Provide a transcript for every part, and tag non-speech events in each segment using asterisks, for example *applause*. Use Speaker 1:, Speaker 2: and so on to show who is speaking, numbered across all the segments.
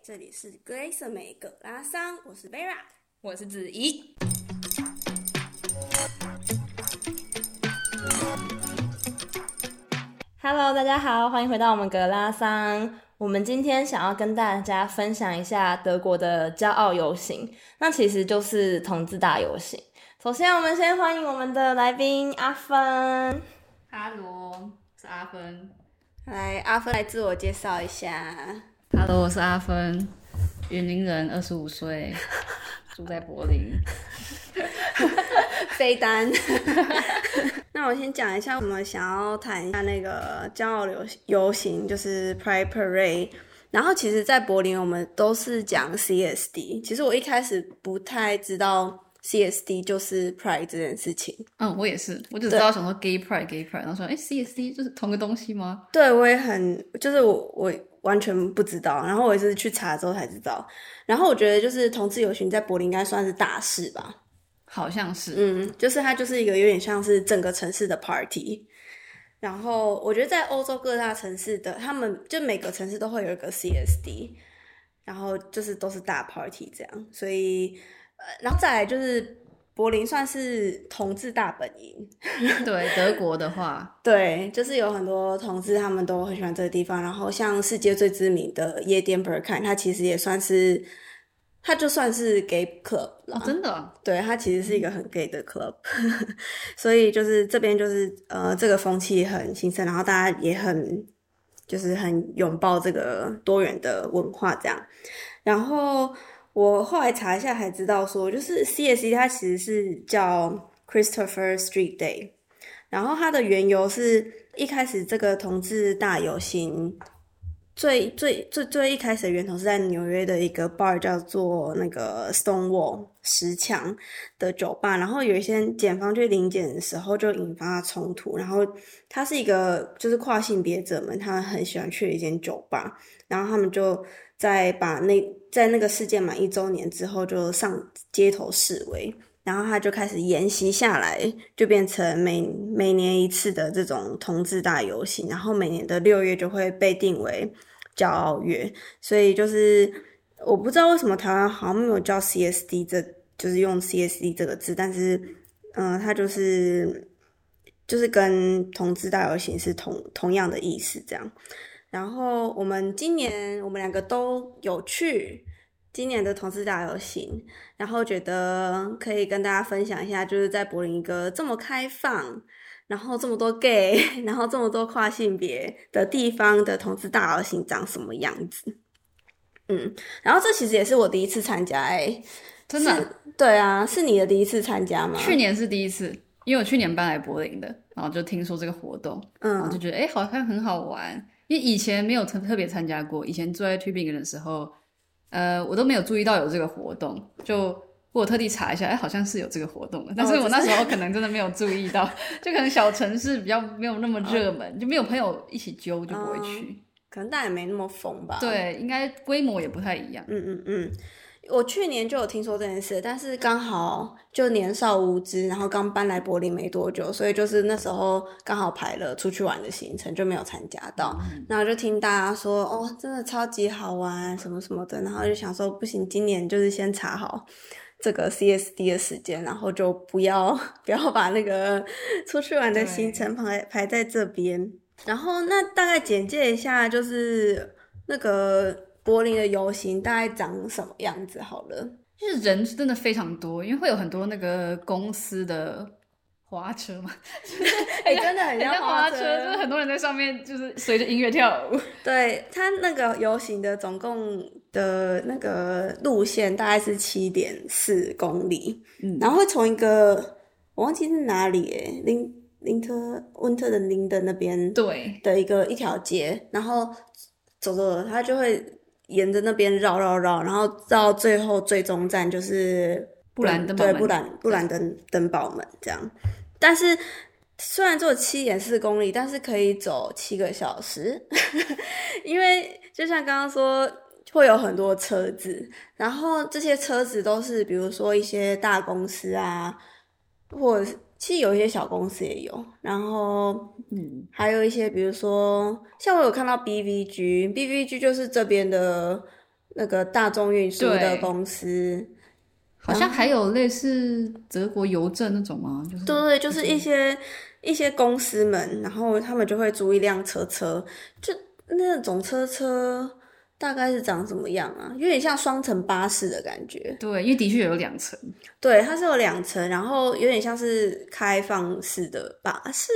Speaker 1: 这里是 Grace 美葛拉桑，我是 Vera。
Speaker 2: 我是子怡。Hello，大家好，欢迎回到我们格拉桑。我们今天想要跟大家分享一下德国的骄傲游行，那其实就是同志大游行。首先，我们先欢迎我们的来宾阿芬。
Speaker 3: 哈喽，是阿芬。
Speaker 1: 来，阿芬来自我介绍一下。
Speaker 3: 哈喽，我是阿芬，云林人，二十五岁， *laughs* 住在柏林。
Speaker 1: 飞单。 *laughs* 那我先讲一下，我们想要谈一下那个骄傲游游行，就是 Pride Parade。然后其实，在柏林我们都是讲 CSD。其实我一开始不太知道 CSD 就是 Pride 这件事情。
Speaker 3: 嗯，我也是，我只知道想说 gay pride gay pride，然后说哎 CSD 就是同个东西吗？
Speaker 1: 对，我也很，就是我我完全不知道，然后我也是去查之后才知道。然后我觉得，就是同志游行在柏林应该算是大事吧。
Speaker 3: 好像是，
Speaker 1: 嗯，就是它就是一个有点像是整个城市的 party。然后我觉得在欧洲各大城市的，他们就每个城市都会有一个 CSD，然后就是都是大 party 这样。所以，呃，然后再来就是柏林算是同志大本营，
Speaker 3: 对德国的话，
Speaker 1: 对，就是有很多同志他们都很喜欢这个地方。然后像世界最知名的夜店 b e r k a n 它其实也算是，它就算是 gay club 了、
Speaker 3: 哦，真的啊
Speaker 1: 对，它其实是一个很 gay 的 club，所以就是这边就是呃，这个风气很兴盛，然后大家也很就是很拥抱这个多元的文化这样。然后我后来查一下才知道说，就是 CSC 它其实是叫 Christopher Street Day，然后它的缘由是一开始这个同志大游行。最最最最一开始的源头是在纽约的一个 bar 叫做那个 Stonewall 石墙的酒吧，然后有一些检方去临检的时候就引发了冲突，然后它是一个就是跨性别者们他们很喜欢去的一间酒吧，然后他们就在把那在那个事件满一周年之后就上街头示威，然后他就开始沿袭下来，就变成每每年一次的这种同志大游行，然后每年的六月就会被定为骄傲月，所以就是我不知道为什么台湾好像没有叫 CSD，这就是用 CSD 这个字，但是嗯、呃它就是就是跟同志大游行是同同样的意思这样。然后我们今年我们两个都有去今年的同志大游行，然后觉得可以跟大家分享一下，就是在柏林一个这么开放，然后这么多 gay，然 *laughs* 后这么多跨性别的地方的同志大游行长什么样子。嗯，然后这其实也是我第一次参加、欸，
Speaker 3: 真的啊
Speaker 1: 是，对啊，是你的第一次参加吗？
Speaker 3: 去年是第一次，因为我去年搬来柏林的，然后就听说这个活动，然后就
Speaker 1: 嗯，
Speaker 3: 觉得哎、诶好像很好玩，因为以前没有特特别参加过，以前住在 Tübingen 的时候，呃，我都没有注意到有这个活动，就我有特地查一下，哎、好像是有这个活动的，但是
Speaker 1: 哦就
Speaker 3: 我
Speaker 1: 是
Speaker 3: 那时候可能真的没有注意到，就可能小城市比较没有那么热门，就没有朋友一起揪就不会去，
Speaker 1: 可能大家也没那么疯吧。，
Speaker 3: 对，应该规模也不太一样，
Speaker 1: 嗯嗯嗯，我去年就有听说这件事，但是刚好就年少无知，然后刚搬来柏林没多久，所以就是那时候刚好排了出去玩的行程，就没有参加到。然后就听大家说，哦，真的超级好玩，什么什么的，然后就想说，不行，今年就是先查好。这个 CSD 的时间，然后就不要不要把那个出去玩的
Speaker 3: 对
Speaker 1: 行程排排在这边。然后那大概简介一下，就是那个柏林的游行大概长什么样子好了。
Speaker 3: 就是人真的非常多，因为会有很多那个公司的滑车嘛，
Speaker 1: 哎、真的很像
Speaker 3: 像
Speaker 1: 花
Speaker 3: 滑车，就是很多人在上面就是随着音乐跳舞。
Speaker 1: 对，它那个游行的总共的那个路线大概是七点四公里，
Speaker 3: 嗯
Speaker 1: 然后会从一个我忘记是哪里、欸，林林特温特的林的那边
Speaker 3: 对，
Speaker 1: 的一个一条街，然后走走走，它就会沿着那边绕绕绕，然后到最后最终站就是
Speaker 3: 布兰登堡
Speaker 1: 对
Speaker 3: 门
Speaker 1: 布兰布兰登登堡门这样。但是虽然只有七点四公里，但是可以走七个小时， *laughs* 因为就像刚刚说。会有很多车子，然后这些车子都是，比如说一些大公司啊，或者是其实有一些小公司也有，然后
Speaker 3: 嗯，
Speaker 1: 还有一些，比如说像我有看到 BVG，BVG 就是这边的那个大众运输的
Speaker 3: 对
Speaker 1: 公司，
Speaker 3: 好像还有类似德国邮政那种吗？就是
Speaker 1: 对对，对就是
Speaker 3: 嗯
Speaker 1: 一些一些公司们，然后他们就会租一辆车车，就那种车车大概是长什么样啊？有点像双层巴士的感觉。
Speaker 3: 对，因为的确有两层，
Speaker 1: 对，它是有两层，然后有点像是开放式的巴士。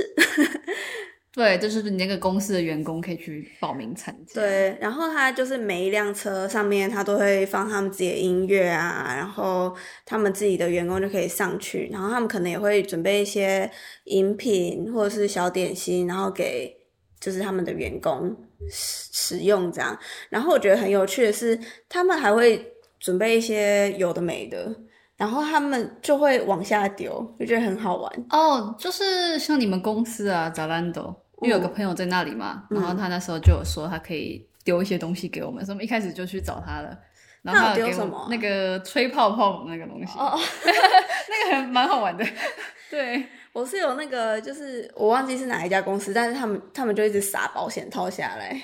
Speaker 3: 对，就是你那个公司的员工可以去报名参加。，
Speaker 1: 对，然后它就是每一辆车上面，它都会放他们自己的音乐啊，然后他们自己的员工就可以上去，然后他们可能也会准备一些饮品或者是小点心，然后给就是他们的员工使使用这样。然后我觉得很有趣的是，他们还会准备一些有的没的，然后他们就会往下丢，就觉得很好玩。
Speaker 3: 哦，就是像你们公司啊，Zalando，因
Speaker 1: 哦
Speaker 3: 为有个朋友在那里嘛，
Speaker 1: 嗯
Speaker 3: 然后他那时候就有说他可以丢一些东西给我们，所以我们一开始就去找他了。然后
Speaker 1: 那
Speaker 3: 他
Speaker 1: 有丢
Speaker 3: 有给我
Speaker 1: 什么
Speaker 3: 那个吹泡泡那个东西，
Speaker 1: 哦，
Speaker 3: 那个很蛮好
Speaker 1: *laughs*
Speaker 3: 玩的。 *laughs* 对，
Speaker 1: 我是有那个，就是我忘记是哪一家公司，但是他们他们就一直撒保险套下来，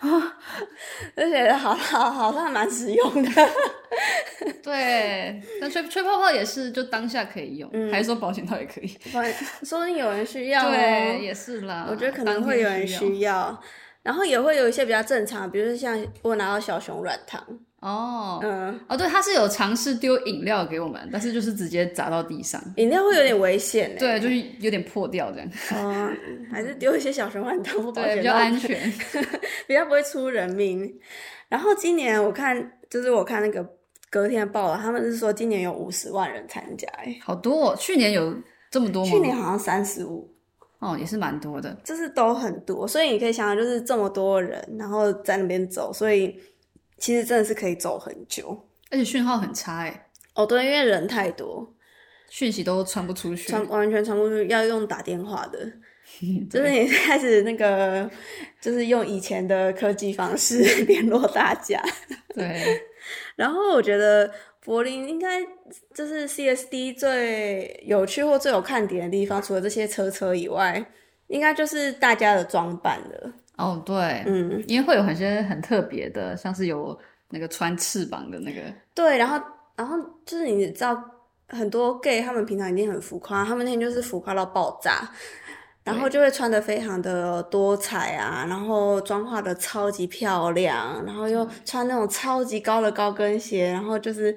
Speaker 3: 哦
Speaker 1: *laughs* 就觉得好好好像还蛮实用
Speaker 3: *laughs*
Speaker 1: 的。
Speaker 3: 对，但吹吹泡泡也是就当下可以用，
Speaker 1: 嗯
Speaker 3: 还是说保险套也可以？
Speaker 1: 反说不定有人需要
Speaker 3: 对，
Speaker 1: 哦，
Speaker 3: 也是啦。
Speaker 1: 我觉得可
Speaker 3: 当
Speaker 1: 能
Speaker 3: 天
Speaker 1: 会有人
Speaker 3: 要
Speaker 1: 需要。然后也会有一些比较正常，比如说像我拿到小熊软糖，
Speaker 3: 哦。
Speaker 1: 嗯，
Speaker 3: 哦，对，他是有尝试丢饮料给我们，但是就是直接砸到地上，
Speaker 1: 饮料会有点危险呢。
Speaker 3: 对，就是有点破掉
Speaker 1: *laughs*
Speaker 3: 这样，
Speaker 1: 嗯，还是丢一些小熊软糖或保
Speaker 3: 对，
Speaker 1: 险
Speaker 3: 比较
Speaker 1: 套 *laughs*
Speaker 3: 安全。
Speaker 1: 比较不会出人命。然后今年我看，就是我看那个隔天的报了，他们是说今年有五十万人参加、欸，
Speaker 3: 好多、哦，去年有这么多吗？
Speaker 1: 去年好像三十五，
Speaker 3: 哦，也是蛮多的。
Speaker 1: 就是都很多，所以你可以想想，就是这么多人，然后在那边走，所以其实真的是可以走很久。
Speaker 3: 而且讯号很差哎，
Speaker 1: 哦，对，因为人太多，
Speaker 3: 讯息都传不出去。
Speaker 1: 传完全传不出去，要用打电话 *laughs* 的，就是你开始那个，就是用以前的科技方式 *laughs* 联络大家。
Speaker 3: 对，
Speaker 1: *laughs* 然后我觉得柏林应该就是 CSD 最有趣或最有看点的地方，除了这些车车以外，应该就是大家的装扮了。
Speaker 3: 哦对，
Speaker 1: 嗯，
Speaker 3: 因为会有很些很特别的，像是有那个穿翅膀的那个，
Speaker 1: 对，然后然后就是你知道，很多 gay 他们平常一定很浮夸，他们那天就是浮夸到爆炸，然后就会穿的非常的多彩啊，然后妆化的超级漂亮，然后
Speaker 3: 嗯
Speaker 1: 又穿那种超级高的高跟鞋，然后就是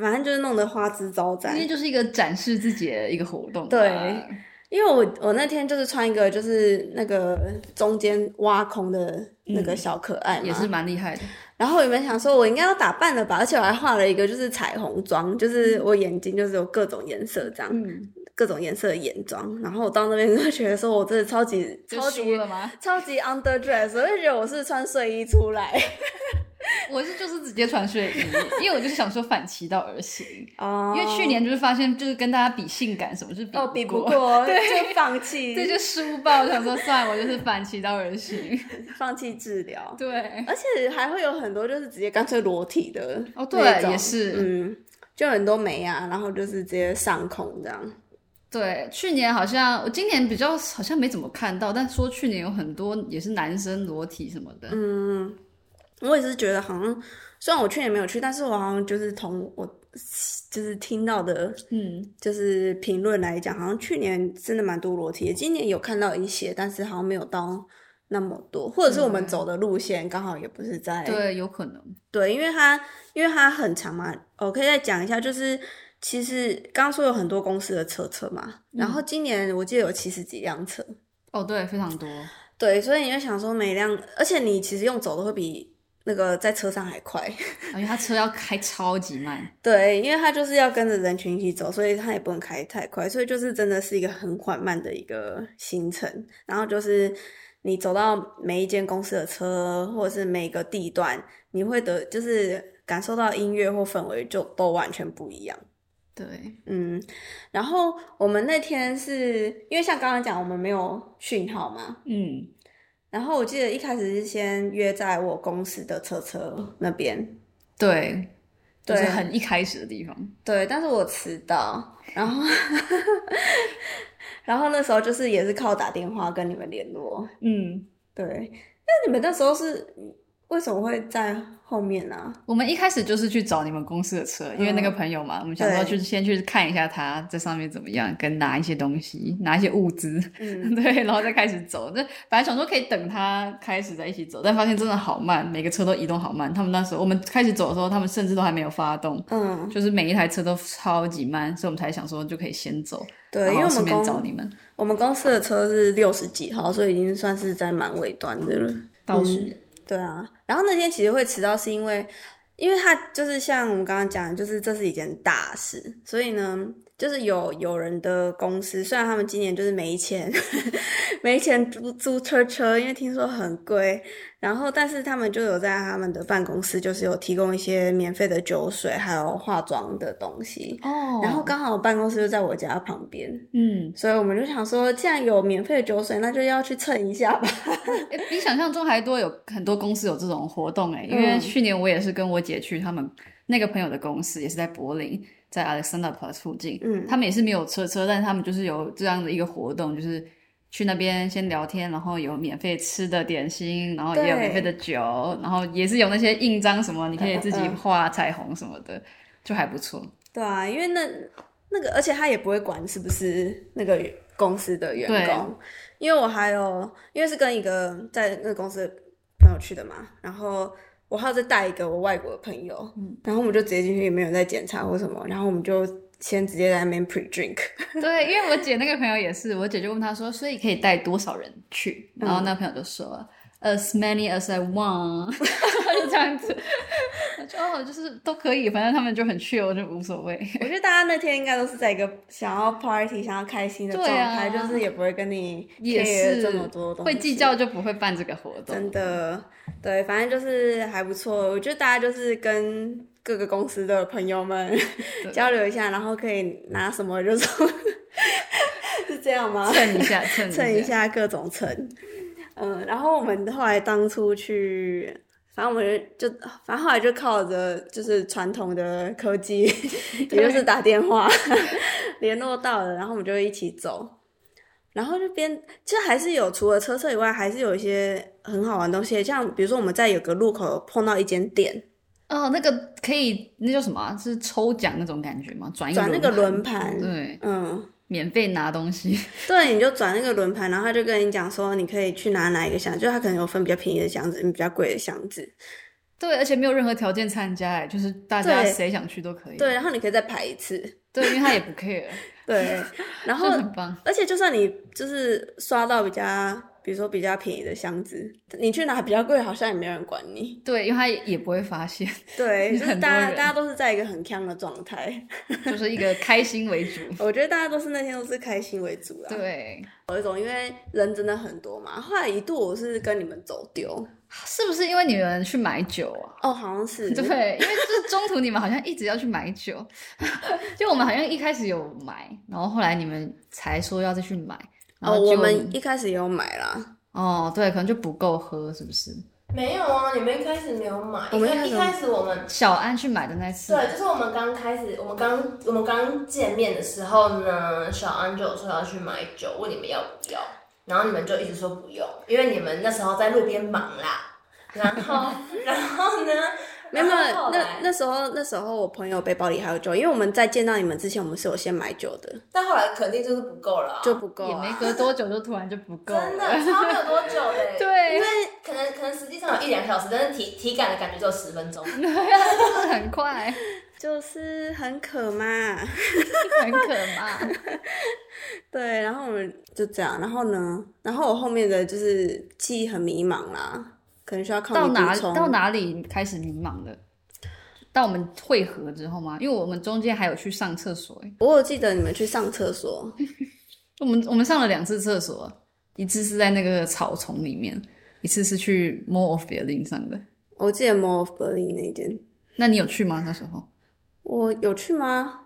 Speaker 1: 反正就是弄得花枝招展，
Speaker 3: 因为就是一个展示自己的一个活动吧。
Speaker 1: 对因为我我那天就是穿一个就是那个中间挖空的那个小可爱嘛，
Speaker 3: 嗯也是蛮厉害的。
Speaker 1: 然后我原本想说我应该要打扮了吧，而且我还画了一个就是彩虹妆，就是我眼睛就是有各种颜色这样，
Speaker 3: 嗯，
Speaker 1: 各种颜色的眼妆。然后我到那边就觉得说我真的超级
Speaker 3: 就
Speaker 1: 超
Speaker 3: 输
Speaker 1: 级
Speaker 3: 了吗？
Speaker 1: 超级 underdress，我就觉得我是穿睡衣出来
Speaker 3: 我是就是直接穿睡衣，因为我就是想说反其道而行。
Speaker 1: 哦
Speaker 3: 因为去年就是发现，就是跟大家比性感，什么是比
Speaker 1: 哦比不
Speaker 3: 过，
Speaker 1: 过，就放弃，
Speaker 3: 这就输爆。我想说，算了，我就是反其道而行。 *laughs*
Speaker 1: 放弃治疗。
Speaker 3: 对，
Speaker 1: 而且还会有很多就是直接干脆裸体的
Speaker 3: 哦对
Speaker 1: 那种
Speaker 3: 也是
Speaker 1: 嗯，就很多美啊，然后就是直接上空这样，
Speaker 3: 对，去年好像我今年比较好像没怎么看到，但说去年有很多也是男生裸体什么的。嗯，
Speaker 1: 我也是觉得好像，虽然我去年没有去，但是我好像就是从我就是听到的，
Speaker 3: 嗯
Speaker 1: 就是评论来讲，好像去年真的蛮多裸体的，今年有看到一些，但是好像没有到那么多，或者是我们走的路线刚好也不是在
Speaker 3: 嗯对，有可能。
Speaker 1: 对，因为它因为它很长嘛，我可以再讲一下，就是其实刚刚说有很多公司的车车嘛，然后今年我记得有七十几辆车，
Speaker 3: 哦，对，非常多。
Speaker 1: 对，所以你就想说每辆，而且你其实用走的会比那个在车上还快，
Speaker 3: 而且他车要开超级慢，
Speaker 1: 对，因为它就是要跟着人群一起走，所以它也不能开太快，所以就是真的是一个很缓慢的一个行程，然后就是。你走到每一间公司的车，或者是每个地段，你会得就是感受到音乐或氛围就都完全不一样。
Speaker 3: 对，
Speaker 1: 嗯，然后我们那天是因为像刚刚讲，我们没有讯号嘛，
Speaker 3: 嗯，
Speaker 1: 然后我记得一开始是先约在我公司的车车那边，
Speaker 3: 对，就是
Speaker 1: 对
Speaker 3: 很一开始的地方。
Speaker 1: 对，但是我迟到，然后 *laughs* 然后那时候就是也是靠打电话跟你们联络，
Speaker 3: 嗯，
Speaker 1: 对，那你们那时候是为什么会在后面呢、啊？
Speaker 3: 我们一开始就是去找你们公司的车，因为那个朋友嘛，我们想说去先去看一下他在上面怎么样，跟拿一些东西，拿一些物资，
Speaker 1: 嗯
Speaker 3: *laughs* 对，然后再开始走。那本来想说可以等他开始再一起走，但发现真的好慢，每个车都移动好慢。他们那时候我们开始走的时候，他们甚至都还没有发动，
Speaker 1: 嗯，
Speaker 3: 就是每一台车都超级慢，所以我们才想说就可以先走，
Speaker 1: 对，
Speaker 3: 然
Speaker 1: 因为
Speaker 3: 后
Speaker 1: 我们
Speaker 3: 顺便找
Speaker 1: 公
Speaker 3: 你们
Speaker 1: 我们公司的车是六十几号，所以已经算是在蛮尾端的了。
Speaker 3: 倒数。
Speaker 1: 对啊，然后那天其实会迟到，是因为，因为他就是像我们刚刚讲的，就是这是一件大事，所以呢，就是有有人的公司，虽然他们今年就是没钱， *laughs* 没钱租租车车，因为听说很贵，然后但是他们就有在他们的办公室，就是有提供一些免费的酒水，还有化妆的东西。
Speaker 3: 哦
Speaker 1: 然后刚好办公室就在我家旁边，
Speaker 3: 嗯，
Speaker 1: 所以我们就想说，既然有免费的酒水，那就要去蹭一下吧。 *laughs*
Speaker 3: 诶比想象中还多，有很多公司有这种活动哎、因为
Speaker 1: 嗯
Speaker 3: 去年我也是跟我姐去他们那个朋友的公司，也是在柏林，在 Alexanderplatz 附近，
Speaker 1: 嗯
Speaker 3: 他们也是没有车车，但是他们就是有这样的一个活动，就是去那边先聊天，然后有免费吃的点心，然后也有
Speaker 1: 对
Speaker 3: 免费的酒，然后也是有那些印章什么，你可以自己
Speaker 1: 嗯嗯
Speaker 3: 画彩虹什么的，就还不错。
Speaker 1: 对啊，因为那那个，而且他也不会管是不是那个公司的员
Speaker 3: 对
Speaker 1: 工，因为我还有，因为是跟一个在那个公司的朋友去的嘛，然后我还有再带一个我外国的朋友，
Speaker 3: 嗯
Speaker 1: 然后我们就直接进去，也没有再检查或什么，然后我们就先直接在那边 pre
Speaker 3: *laughs*
Speaker 1: drink，
Speaker 3: 对，因为我姐那个朋友也是，我姐就问他说，所以可以带多少人去？
Speaker 1: 嗯
Speaker 3: 然后那朋友就说、as many as I want，就 *laughs* 这样子。我就哦，就是都可以，反正他们就很 chill，就无所谓。
Speaker 1: 我觉得大家那天应该都是在一个想要 party、想要开心的
Speaker 3: 对
Speaker 1: 状态，
Speaker 3: 啊
Speaker 1: 就是也不会跟你
Speaker 3: 也
Speaker 1: care
Speaker 3: 是
Speaker 1: 这么多东西，
Speaker 3: 会计较就不会办这个活动。
Speaker 1: 真的，对，反正就是还不错。我觉得大家就是跟各个公司的朋友们 *laughs*
Speaker 3: 对
Speaker 1: 交流一下，然后可以拿什么就从 *laughs* 是这样吗？
Speaker 3: 蹭一下，蹭
Speaker 1: 蹭一。下各种蹭。嗯，然后我们后来当初去，反正我们就反正后来就靠着就是传统的科技，也就是打电话联络到了，然后我们就一起走。然后那边其实还是有，除了车车以外，还是有一些很好玩的东西，像比如说我们在有个路口碰到一间店，
Speaker 3: 哦，那个可以，那叫什么啊、是抽奖那种感觉吗？转一
Speaker 1: 转那个轮
Speaker 3: 哎轮
Speaker 1: 盘，
Speaker 3: 对，
Speaker 1: 嗯，
Speaker 3: 免费拿东西。 *laughs*
Speaker 1: 对，你就转那个轮盘，然后他就跟你讲说，你可以去拿哪一个箱子，就他可能有分比较便宜的箱子，比较贵的箱子，
Speaker 3: 对，而且没有任何条件参加，哎，就是大家
Speaker 1: 对
Speaker 3: 谁想去都可以。
Speaker 1: 对，然后你可以再排一次，
Speaker 3: 对，因为他也不 care， *laughs*
Speaker 1: 对， *laughs* 然
Speaker 3: 就
Speaker 1: 后
Speaker 3: 很棒。
Speaker 1: 而且就算你就是刷到比较，比如说比较便宜的箱子，你去拿比较贵，好像也没有人管
Speaker 3: *laughs*
Speaker 1: 你，
Speaker 3: 对，因为他也也不会发现， *laughs*
Speaker 1: 对，就是
Speaker 3: 很多
Speaker 1: 大家
Speaker 3: 人
Speaker 1: 大家都是在一个很强的状态，
Speaker 3: 就是一个开心为主。
Speaker 1: 我觉得大家都是那天都是开心为主啦，，
Speaker 3: 对，
Speaker 1: 有一种因为人真的很多嘛，后来一度我是跟你们走丢，
Speaker 3: 是不是因为你们去买酒啊？
Speaker 1: 哦，好像是，
Speaker 3: *laughs* 对，因为就是中途你们好像一直要去买酒， *laughs* 就我们好像一开始有买，然后后来你们才说要再去买，然
Speaker 1: 哦，
Speaker 3: 后就
Speaker 1: 我们一开始也有买啦。
Speaker 3: 哦，对，可能就不够喝，是不是？
Speaker 2: 没有啊，你们一开始没有买，
Speaker 1: 我们一开始嗯
Speaker 2: 一开始我们
Speaker 3: 小安去买的那次，
Speaker 2: 对，就是我们刚开始，我们刚我们刚见面的时候呢，小安就有说要去买酒，问你们要不要，然后你们就一直说不用，因为你们那时候在路边忙啦。
Speaker 1: *laughs*
Speaker 2: 然后，然后呢？
Speaker 1: 没有没有
Speaker 2: 然后后，
Speaker 1: 那
Speaker 2: 来
Speaker 1: 那时候那时候我朋友背包里还有酒，因为我们在见到你们之前，我们是有先买酒的，
Speaker 2: 但后来肯定就是不够了啊、
Speaker 1: 就不够、
Speaker 3: 也没
Speaker 1: 啊。
Speaker 3: 隔多久就突然就不
Speaker 1: *laughs*
Speaker 3: 够
Speaker 2: 真的
Speaker 3: 了，
Speaker 2: 超没有多久的、
Speaker 3: 对
Speaker 2: 因为可能可能实际上有一两小时，但是体体感的感觉只有十分
Speaker 1: *laughs*
Speaker 2: 钟。
Speaker 3: 就是很快， *laughs*
Speaker 1: 就是很渴嘛。 *laughs*
Speaker 3: 很可怕。
Speaker 1: 对，然后我们就这样，然后呢，然后我后面的就是记忆很迷茫啦，可能需要靠
Speaker 3: 到
Speaker 1: 你
Speaker 3: 哪
Speaker 1: 补充
Speaker 3: 到？哪里开始迷茫的？到我们会合之后吗？因为我们中间还有去上厕所、欸，
Speaker 1: 我有记得你们去上厕所，
Speaker 3: 我们我们上了两次厕所，一次是在那个草丛里面，一次是去 Mall of Berlin 上的。
Speaker 1: 我记得 Mall of Berlin 那间，
Speaker 3: 那你有去吗？那时候
Speaker 1: 我有去吗？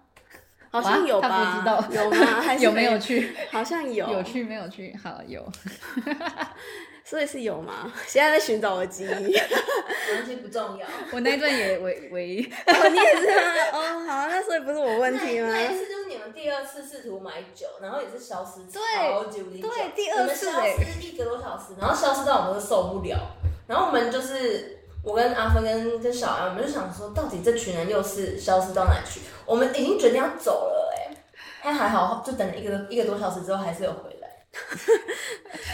Speaker 1: 好像
Speaker 3: 哇
Speaker 1: 有
Speaker 3: 他不
Speaker 1: 吧？
Speaker 3: 知道
Speaker 1: 有吗？
Speaker 3: *laughs*
Speaker 1: 还是
Speaker 3: 有没有？去？
Speaker 1: 好像有，
Speaker 3: 有，去没有去？好有，
Speaker 1: 所以是有吗？现在在寻找我的记忆。 *laughs*
Speaker 2: 东西不重要。
Speaker 3: 我那一段也 *laughs* 唯唯
Speaker 1: 哦，你也是啊？哦，好，那所以不是我问
Speaker 2: 那
Speaker 1: 题吗？
Speaker 2: 那一次就是你们第二次试图买酒，然后也是消失
Speaker 3: 对
Speaker 2: 超级无敌久，
Speaker 3: 对第二次欸
Speaker 2: 你们消失一个多小时，然后消失到我们都受不了，然后我们就是我跟阿芬跟跟小安，我们就想说，到底这群人又是消失到哪里去？我们已经决定要走了哎、但还好，就等了一个一个多小时之后，还是有回来。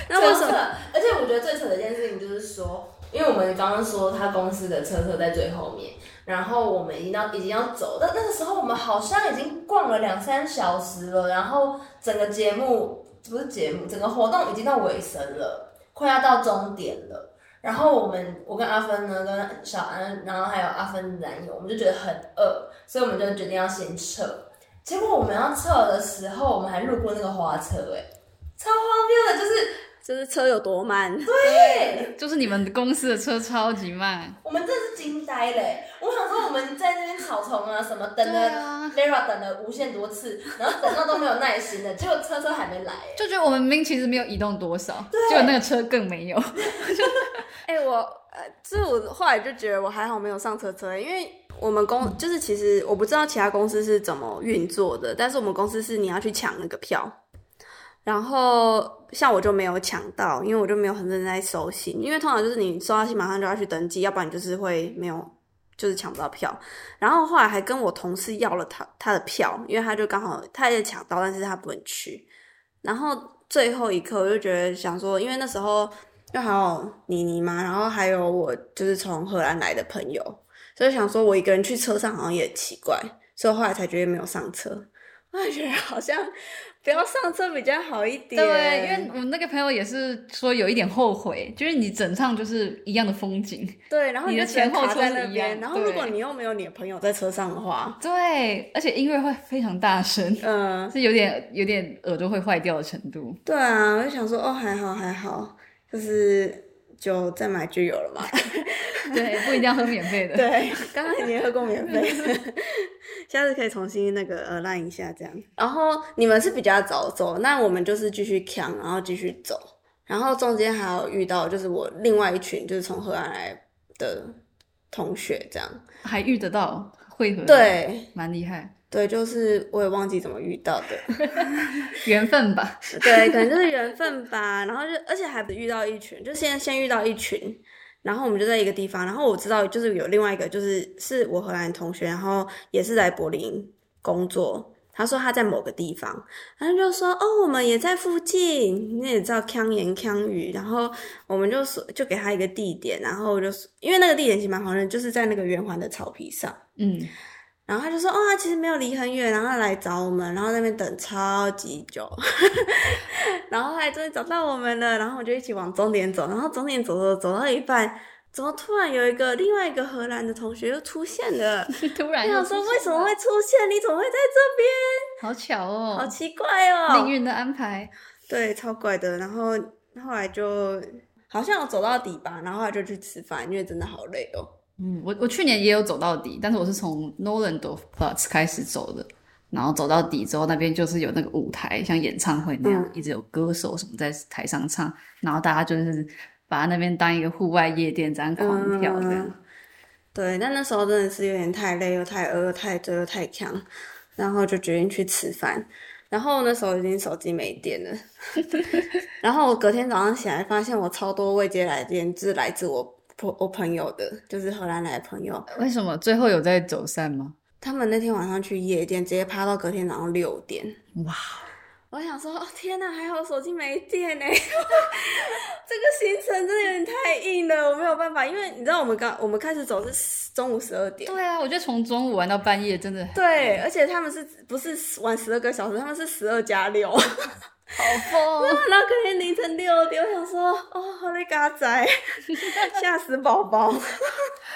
Speaker 1: 那为什
Speaker 2: 超
Speaker 1: 么？？
Speaker 2: 扯
Speaker 1: *laughs*
Speaker 2: 而且我觉得最扯的一件事情就是说，因为我们刚刚说他公司的车车在最后面，然后我们已经要已经要走，但那个时候我们好像已经逛了两三小时了，然后整个节目不是节目，整个活动已经到尾声了，快要到终点了。然后我们，我跟阿芬呢，跟小安，然后还有阿芬的男友，我们就觉得很饿，所以我们就决定要先撤。结果我们要撤的时候，我们还路过那个花车、欸，哎，超荒谬的，就是
Speaker 1: 就是车有多慢？
Speaker 2: 对，
Speaker 3: 就是你们公司的车超级慢，
Speaker 2: 我们真的是惊呆嘞！我想说我们在那边草丛啊什么等
Speaker 3: 对
Speaker 2: 了。
Speaker 3: 啊，
Speaker 2: Lara 等了无限多次，然后等到都没有耐心了，结果车车还没来欸耶，
Speaker 3: 就觉得我们明明其实没有移动多少，结果那个车更没有。
Speaker 1: 哎、我呃，就是我后来就觉得我还好没有上车车，因为我们公就是其实我不知道其他公司是怎么运作的，但是我们公司是你要去抢那个票，然后像我就没有抢到，因为我就没有很认真在收信，因为通常就是你收到信马上就要去登记，要不然你就是会没有。就是抢不到票，然后后来还跟我同事要了他他的票，因为他就刚好他也抢到，但是他不能去。然后最后一刻我就觉得想说，因为那时候就还有妮妮嘛，然后还有我就是从荷兰来的朋友，所以想说我一个人去车上好像也奇怪，所以后来才决定没有上车。我也觉得好像不要上车比较好一点，
Speaker 3: 对，因为我那个朋友也是说有一点后悔，就是你整趟就是一样的风景，
Speaker 1: 对，然后
Speaker 3: 你
Speaker 1: 就
Speaker 3: 的
Speaker 1: 只能
Speaker 3: 前后
Speaker 1: 卡
Speaker 3: 车
Speaker 1: 在
Speaker 3: 是
Speaker 1: 那
Speaker 3: 一
Speaker 1: 边，
Speaker 3: 样
Speaker 1: 然后如果
Speaker 3: 对
Speaker 1: 你又没有你的朋友在车上的话，
Speaker 3: 对，而且音乐会非常大声，
Speaker 1: 嗯、
Speaker 3: 是有点有点耳朵会坏掉的程度。
Speaker 1: 对啊，我就想说哦，还好还好，就是就再买就有了嘛。 *laughs*
Speaker 3: 对，不一定要喝免费的。
Speaker 1: 对，刚刚你也喝过免费， *laughs* 下次可以重新那个呃烂一下这样。然后你们是比较早走，那我们就是继续扛，然后继续走。然后中间还有遇到就是我另外一群就是从荷兰来的同学这样，
Speaker 3: 还遇得到汇合，，
Speaker 1: 对
Speaker 3: 蛮厉害，
Speaker 1: 对，就是我也忘记怎么遇到的。
Speaker 3: 缘分吧。
Speaker 1: 对，可能就是缘分吧。然后就，而且还遇到一群，就先先遇到一群，然后我们就在一个地方。然后我知道，就是有另外一个，就是是我荷兰同学，然后也是来柏林工作。他说他在某个地方，然后就说哦，我们也在附近，你也知道腔言腔语，然后我们就说就给他一个地点，然后我就说因为那个地点其实蛮好认，就是在那个圆环的草皮上，
Speaker 3: 嗯，
Speaker 1: 然后他就说哦，他其实没有离很远，然后他来找我们，然后在那边等超级久， *laughs* 然后后来终于找到我们了，然后我就一起往终点走，然后终点走走走到一半，怎么突然有一个另外一个荷兰的同学又出现
Speaker 3: *laughs*
Speaker 1: 了？
Speaker 3: *laughs* 突然
Speaker 1: 我
Speaker 3: 又
Speaker 1: 想说
Speaker 3: 出现
Speaker 1: 为什么
Speaker 3: 了
Speaker 1: 会出现？你怎么会在这
Speaker 3: 好巧哦，
Speaker 1: 边？好奇怪哦，
Speaker 3: 命运的安排。
Speaker 1: 对，超怪的。然后后来就好像有走到底吧，然后后来就去吃饭，因为真的好累哦。
Speaker 3: 嗯，我我去年也有走到底，但是我是从 Noland of Platz 开始走的，然后走到底之后，那边就是有那个舞台，像演唱会那样，
Speaker 1: 嗯
Speaker 3: 一直有歌手什么在台上唱，然后大家就是把那边当一个户外夜店这样狂跳这样。
Speaker 1: 嗯对，但那时候真的是有点太累，又太饿，又太醉，又太呛，然后就决定去吃饭。然后那时候已经手机没电了，然后我隔天早上起来发现我超多未接来电，就是来自我朋我朋友的，就是荷兰来的朋友，
Speaker 3: 为什么最后有在走散吗？
Speaker 1: 他们那天晚上去夜店，直接趴到隔天早上六点。
Speaker 3: 哇！
Speaker 1: 我想说，哦天哪，还好手机没电呢。 *laughs* 这个行程真的有点太硬了，我没有办法，因为你知道我们刚我们开始走是10中午十二点，
Speaker 3: 对啊，我觉得从中午玩到半夜真的好
Speaker 1: 对，而且他们是不是玩十二个小时？他们是十二加六，然 *laughs*
Speaker 3: 疯哦。
Speaker 1: 后隔天凌晨六点，我想说，哦，好嘞，嘎仔， *laughs* 吓死宝宝，
Speaker 3: 哦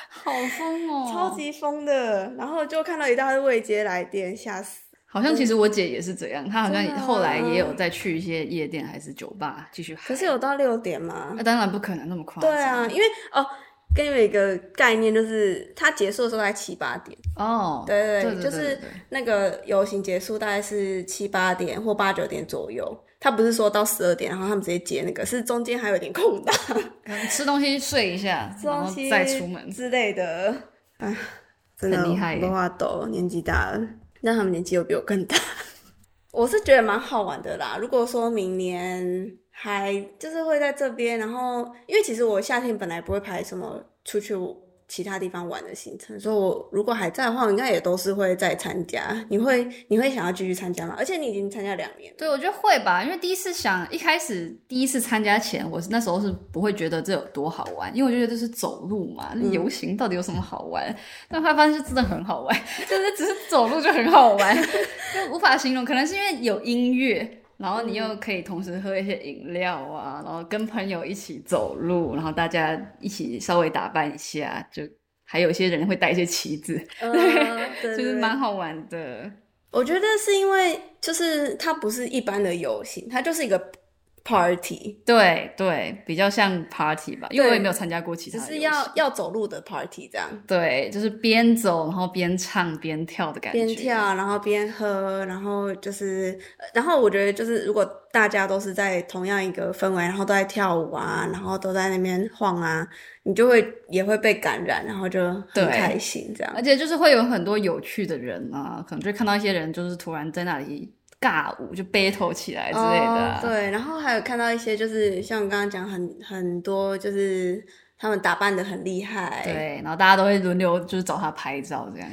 Speaker 3: 好疯
Speaker 1: *laughs*
Speaker 3: 哦，
Speaker 1: 超级疯的。然后就看到一大堆未接来电，吓死。
Speaker 3: 好像其实我姐也是这样，她好像
Speaker 1: 真的啊
Speaker 3: 后来也有再去一些夜店还是酒吧继续嗨。啊
Speaker 1: 可是有到六点吗
Speaker 3: 那？当然不可能那么夸张。
Speaker 1: 对啊，，因为哦。给你们一个概念，就是它结束的时候大概七八点，
Speaker 3: 哦，
Speaker 1: 对对
Speaker 3: 对
Speaker 1: 对
Speaker 3: 对，
Speaker 1: 就是
Speaker 3: 对对对
Speaker 1: 那个游行结束大概是七八点或八九点左右。它不是说到十二点，然后他们直接接那个，是中间还有点空档。
Speaker 3: 可能吃东西睡一下，
Speaker 1: 吃
Speaker 3: 然
Speaker 1: 东
Speaker 3: 后
Speaker 1: 西
Speaker 3: 再出门。
Speaker 1: 之类的。哎，真的
Speaker 3: 很厉害耶
Speaker 1: 没法抖，年纪大了，但他们年纪又比我更大。 *laughs* 我是觉得蛮好玩的啦。如果说明年还就是会在这边，然后因为其实我夏天本来不会排什么出去其他地方玩的行程，所以我如果还在的话，我应该也都是会再参加。你会你会想要继续参加吗？而且你已经参加两
Speaker 3: *laughs*
Speaker 1: 年了，
Speaker 3: 对，我觉得会吧，因为第一次想，一开始第一次参加前，我是那时候是不会觉得这有多好玩，因为我就觉得这是走路嘛，那游行到底有什么好玩？但后来发现就真的很好玩， *laughs* 就是只是走路就很好 *laughs* 玩，就无法形容。可能是因为有音乐，然后你又可以同时喝一些饮料啊，然后跟朋友一起走路，然后大家一起稍微打扮一下，就还有一些人会带一些旗子，
Speaker 1: 嗯，对
Speaker 3: 就
Speaker 1: 对
Speaker 3: 是
Speaker 1: 对
Speaker 3: 蛮好玩的。
Speaker 1: 我觉得是因为就是它不是一般的游行，它就是一个 party，
Speaker 3: 对对，比较像 party 吧，因为
Speaker 1: 对
Speaker 3: 我也没有参加过其他
Speaker 1: 只
Speaker 3: 的游戏。
Speaker 1: 是要要走路的 party 这样，
Speaker 3: 对，就是边走然后边唱边跳的感觉。
Speaker 1: 边跳然后边喝，然后就是，呃然后我觉得就是如果大家都是在同样一个氛围，然后都在跳舞啊，然后都在那边晃啊，你就会也会被感染，然后就
Speaker 3: 对
Speaker 1: 很开心这样
Speaker 3: 而。且就是会有很多有趣的人啊，可能就看到一些人就是突然在那里尬舞，就 battle 起来之类的啊、
Speaker 1: 哦，对，然后还有看到一些就是像我刚刚讲很很多就是他们打扮的很厉害，
Speaker 3: 对，然后大家都会轮流就是找他拍照这样。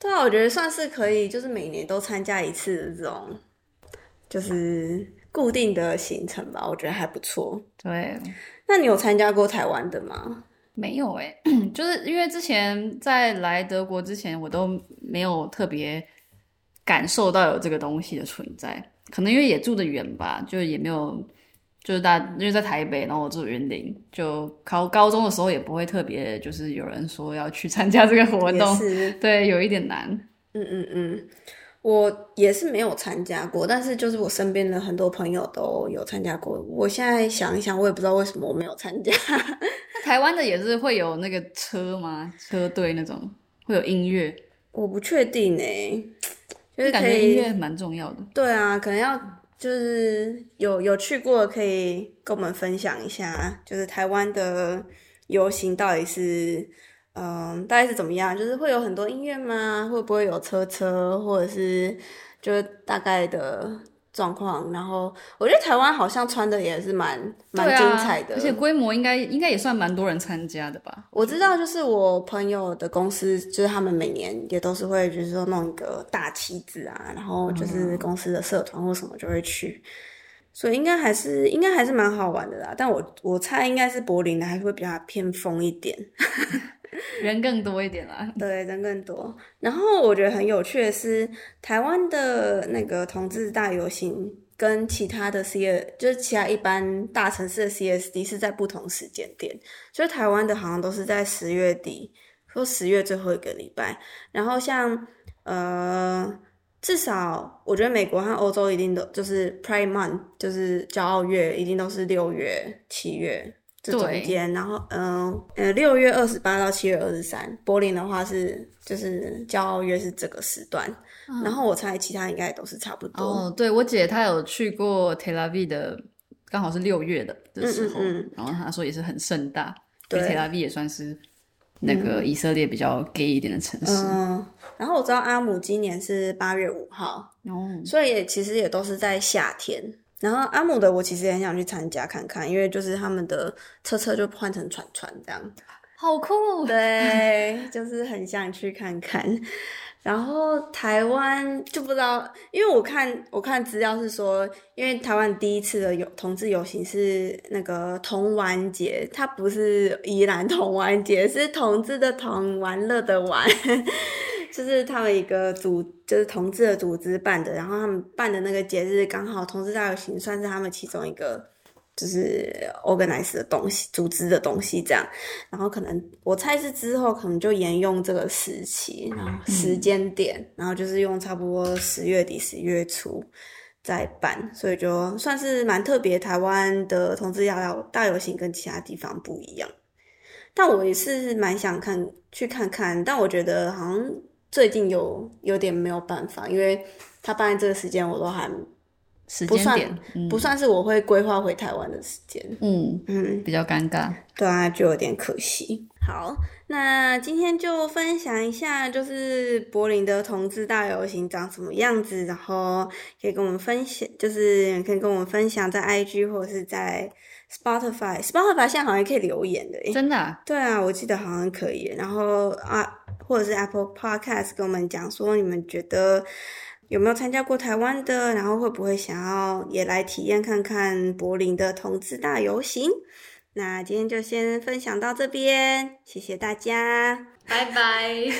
Speaker 1: 对啊，我觉得算是可以，就是每年都参加一次的这种，就是固定的行程吧，我觉得还不错。
Speaker 3: 对，
Speaker 1: 那你有参加过台湾的吗？
Speaker 3: 没有诶、 *clears throat* 就是因为之前在来德国之前，我都没有特别感受到有这个东西的存在，可能因为也住得远吧，就也没有，就是大因为在台北，然后我住云林，就考高中的时候也不会特别，就是有人说要去参加这个活
Speaker 1: 也
Speaker 3: 动，
Speaker 1: 是，
Speaker 3: 对，有一点难。
Speaker 1: 嗯嗯嗯，我也是没有参加过，但是就是我身边的很多朋友都有参加过。我现在想一想，我也不知道为什么我没有参加。 *laughs*
Speaker 3: 那台湾的也是会有那个车吗？车队那种会有音乐，
Speaker 1: 我不确定哎、就是
Speaker 3: 感
Speaker 1: 可
Speaker 3: 觉音
Speaker 1: 以，
Speaker 3: 乐蛮重要的。
Speaker 1: 对啊，可能要就是有有去过的可以跟我们分享一下，就是台湾的游行到底是嗯大概是怎么样？就是会有很多音乐吗？会不会有车车，或者是就是大概的状况？然后我觉得台湾好像穿的也是蛮蛮
Speaker 3: 对啊
Speaker 1: 精彩的，
Speaker 3: 而且规模应该应该也算蛮多人参加的吧？
Speaker 1: 我知道，就是我朋友的公司，就是他们每年也都是会，就是说弄一个大旗子啊，然后就是公司的社团或什么就会去，所以应该还是应该还是蛮好玩的啦。但我我猜应该是柏林的，还是会比较偏疯一点，
Speaker 3: 人更多一点啦。
Speaker 1: 对，人更多。然后我觉得很有趣的是，台湾的那个同志大游行跟其他的 C S，就是其他一般大城市的 C S D 是在不同时间点，就是台湾的好像都是在十月底或十月最后一个礼拜，然后像呃。至少我觉得美国和欧洲一定都就是 Pride Month，就是骄傲月，一定都是六月、七月这中
Speaker 3: 对
Speaker 1: 间。然后，嗯呃，六月二十八到七月二十三，柏林的话是就是骄傲月是这个时段。然后我猜其他应该都是差不多。
Speaker 3: 哦，对我姐她有去过 Tel Aviv 的，刚好是六月的的时候，
Speaker 1: 嗯嗯
Speaker 3: 然后她说也是很盛大，
Speaker 1: 对
Speaker 3: 因为 Tel Aviv 也算是那个以色列比较 gay 一点的城市。
Speaker 1: 嗯，然后我知道阿姆今年是八月五号，
Speaker 3: 哦，
Speaker 1: 所以也其实也都是在夏天。然后阿姆的我其实也很想去参加看看，因为就是他们的车车就换成船船这样。
Speaker 3: 好酷！
Speaker 1: 对，就是很想去看看。然后台湾就不知道，因为我看我看资料是说，因为台湾第一次的游同志游行是那个同玩节，它不是宜兰同玩节，是同志的同，玩乐的玩， *laughs* 就是他们一个组，就是同志的组织办的，然后他们办的那个节日刚好同志大游行算是他们其中一个。就是 organize 的东西，组织的东西这样，然后可能我猜是之后可能就沿用这个时期，然后时间点，然后就是用差不多十月底十月初再办，所以就算是蛮特别。台湾的同志大游大游行跟其他地方不一样，但我也是蛮想看去看看，但我觉得好像最近有有点没有办法，因为他办在这个时间我都还
Speaker 3: 时
Speaker 1: 不
Speaker 3: 间
Speaker 1: 算
Speaker 3: 点、嗯、
Speaker 1: 不算是我会规划回台湾的时间，
Speaker 3: 嗯，
Speaker 1: 嗯。
Speaker 3: 比较尴尬。
Speaker 1: 对啊，就有点可惜。好，那今天就分享一下，就是柏林的同志大游行长什么样子，然后可以跟我们分享，就是可以跟我们分享在 IG 或者是在 Spotify Spotify 现在好像也可以留言的耶，
Speaker 3: 真的啊、
Speaker 1: 对啊，我记得好像可以。然后啊，或者是 Apple Podcast 跟我们讲说，你们觉得有没有参加过台湾的，然后会不会想要也来体验看看柏林的同志大游行？那今天就先分享到这边，谢谢大家。
Speaker 2: 拜拜。